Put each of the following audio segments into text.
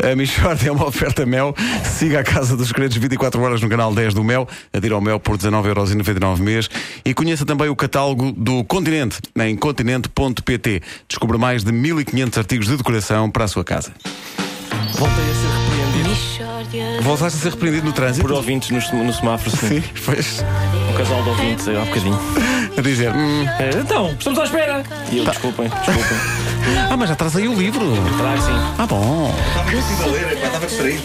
A Michord é uma oferta Mel. Siga a Casa dos Credos 24 horas no canal 10 do Mel. Adira ao Mel por 19,99€ mês. E conheça também o catálogo do Continente em continente.pt. Descubra mais de 1500 artigos de decoração para a sua casa. Voltei a ser repreendido Mishória Voltaste a ser repreendido no trânsito? por ouvintes no, sem- no semáforo, sim. Sim, pois. Um casal de ouvintes eh, há bocadinho. A dizer. "Hum, Eh, Então, estamos à espera! E Tá. eu, desculpem, desculpem. ah, mas já traz aí o livro. Trago sim. Ah, bom. Estava a ler, pá, estava distraído.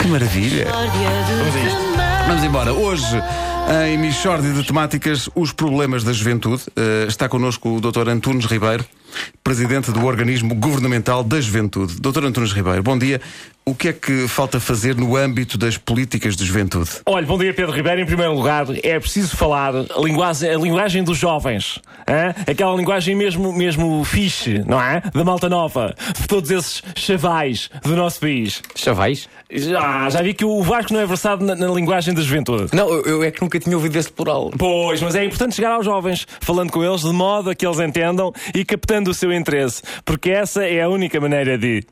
Que maravilha. Vamos a isto Vamos embora. Hoje, em Michórdia de Temáticas, os problemas da juventude, eh, está connosco o Dr. Antunes Ribeiro, presidente do Organismo Governamental da Juventude. Dr. Antunes Ribeiro, bom dia. O que é que falta fazer no âmbito das políticas de juventude? Olha, bom dia Pedro Ribeiro. Em primeiro lugar, é preciso falar a linguagem, a linguagem dos jovens. hã? Aquela linguagem mesmo, mesmo fixe, não é? Da malta nova. De todos esses chavais do nosso país. Ah, Chavais? Já, já vi que o Vasco não é versado na, na linguagem da juventude. Não, eu, eu é que nunca tinha ouvido esse plural. Pois, mas é importante chegar aos jovens, falando com eles de modo a que eles entendam e captando o seu interesse. Porque essa é a única maneira de.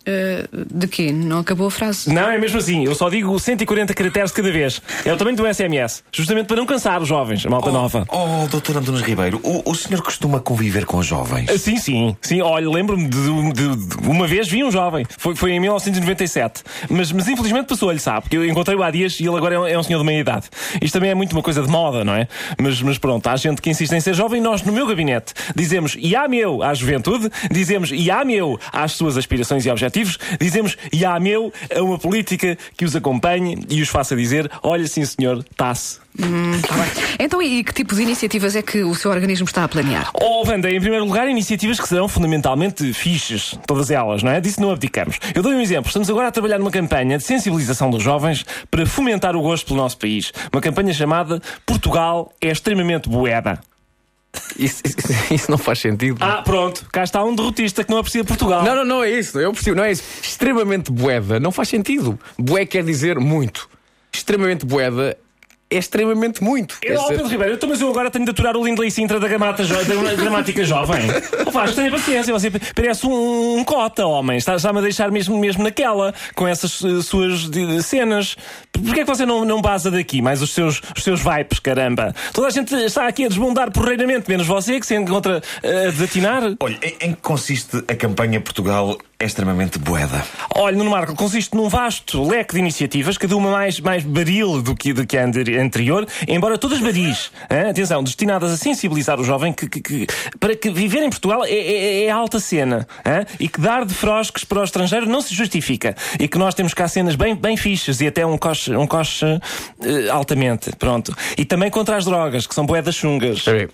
Uh, de quê? Não acabou a frase. Não, é mesmo assim. Eu só digo 140 caracteres cada vez. É o tamanho do SMS. Justamente para não cansar os jovens, a malta nova. Oh, doutor Antunes Ribeiro, o, o senhor costuma conviver com jovens? Ah, Sim, sim, sim. Olha, lembro-me de, de- de- uma vez vi um jovem, foi, foi em 1997, mas, mas infelizmente passou-lhe, sabe? Porque eu encontrei-o há dias e ele agora é um, é um senhor de meia idade. Isto também é muito uma coisa de moda, não é? Mas, mas pronto, há gente que insiste em ser jovem e nós, no meu gabinete, dizemos e há meu à juventude, dizemos e há meu às suas aspirações e objetivos, dizemos e há meu a uma política que os acompanhe e os faça dizer: olha, sim senhor, está-se. Então, e que tipo de iniciativas é que o seu organismo está a planear? Oh, Wanda, em primeiro lugar, iniciativas que serão fundamentalmente fixes, todas elas, não é? Disso não abdicamos. Eu dou um exemplo. Estamos agora a trabalhar numa campanha de sensibilização dos jovens para fomentar o gosto pelo nosso país. Uma campanha chamada Portugal é extremamente boeda. Isso, isso- isso não faz sentido. Ah, pronto, cá está um derrotista que não aprecia Portugal. Não, não, não é isso. Eu percebo, não é isso. Extremamente boeda não faz sentido. Bué quer dizer muito. Extremamente boeda é extremamente muito. Eu, oh, Quer Pedro dizer, Ribeiro, então, mas eu agora tenho de aturar o Lindley Sintra da, gramata jo- da gramática jovem. Oh, Vasco, tenha paciência, você parece um, um cota, homem. Está- Está-me a deixar mesmo, mesmo naquela, com essas eh, suas de- cenas. Por- Porquê é que você não, não baza daqui mais os seus, os seus vipes, caramba? Toda a gente está aqui a desbundar porreiramente, menos você que se encontra eh, a desatinar. Olha, em, em que consiste a campanha Portugal é extremamente boeda? Olha, Nuno Marco, consiste num vasto leque de iniciativas, cada uma mais, mais baril do que, do que a ante- anterior, embora todas baris, hã? atenção, destinadas a sensibilizar o jovem que, que- que- para que viver em Portugal é, é- é alta cena hã? e que dar de frosques para o estrangeiro não se justifica e que nós temos cá cenas bem, bem fixas e até um coche, um coche eh, altamente, pronto. E também contra as drogas, que são boedas chungas. espera aí.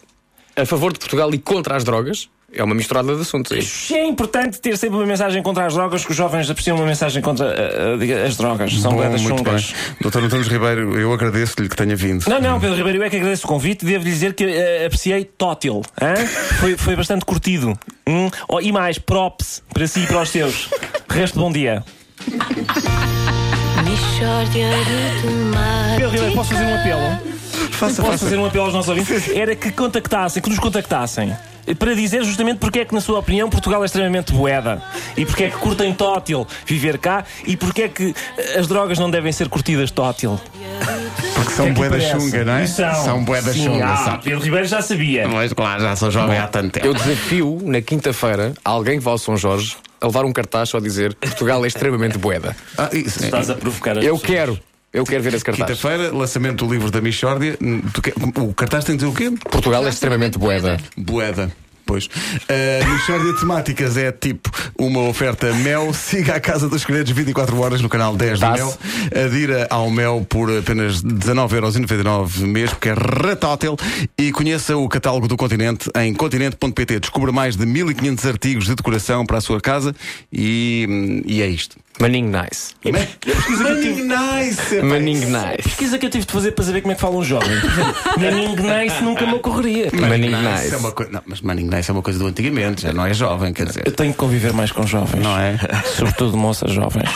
A favor de Portugal e contra as drogas é uma misturada de assuntos. Isto É importante ter sempre uma mensagem contra as drogas, que os jovens apreciam uma mensagem contra eh, eh, diga, as drogas. São Bom, boedas muito chungas. bem. Doutor Antunes Ribeiro, eu agradeço-lhe que tenha vindo. Não, não, Pedro Ribeiro, eu é que agradeço o convite. Devo lhe dizer que eh, apreciei tótil. hã? Foi, foi bastante curtido. Hum? Oh, e mais, props para si e para os seus. Resto, bom dia. Mishória de Pedro Ribeiro, temáticas posso fazer um apelo? Faça, Posso faça. fazer um apelo aos nossos ouvintes? Era que contactassem, que nos contactassem. Para dizer justamente porque é que, na sua opinião, Portugal é extremamente boeda. E porque é que curtem tótil viver cá. E porque é que eh, as drogas não devem ser curtidas tótil. Porque são Que é que boeda parece? chunga, não é? E São, boeda Sim, chunga, ah, sabe? Pedro Ribeiro já sabia. Mas claro, já sou jovem há tanto tempo. Eu desafio, na quinta-feira, alguém que vá ao São Jorge a levar um cartaz só a dizer Portugal é extremamente boeda Ah, isso, é. Estás a provocar as Eu pessoas. quero, eu quero ver esse cartaz. Quinta-feira, lançamento do livro da Michórdia. Hum, tu que- O cartaz tem de dizer o quê? Portugal é extremamente boeda Boeda. Pois. A Michórdia de Temáticas é tipo uma oferta Mel. Siga a Casa dos Credos 24 horas no canal 10 do Tá-se. Mel. Adira ao Mel por apenas 19,99€ mês, porque é ratótel. E conheça o catálogo do Continente em continente.pt. Descubra mais de 1500 artigos de decoração para a sua casa. E, hum, e é isto. Maninho nice. Maninho Maninho nice. pesquisa que eu tive de fazer para saber como é que fala um jovem. Na Ningnais nunca me ocorreria. Maninho Isso é nice. uma coi- não, mas Manning Nice é uma coisa do antigamente, já não é jovem, quer dizer. Eu tenho que conviver mais com jovens. Não é? Sobretudo moças jovens.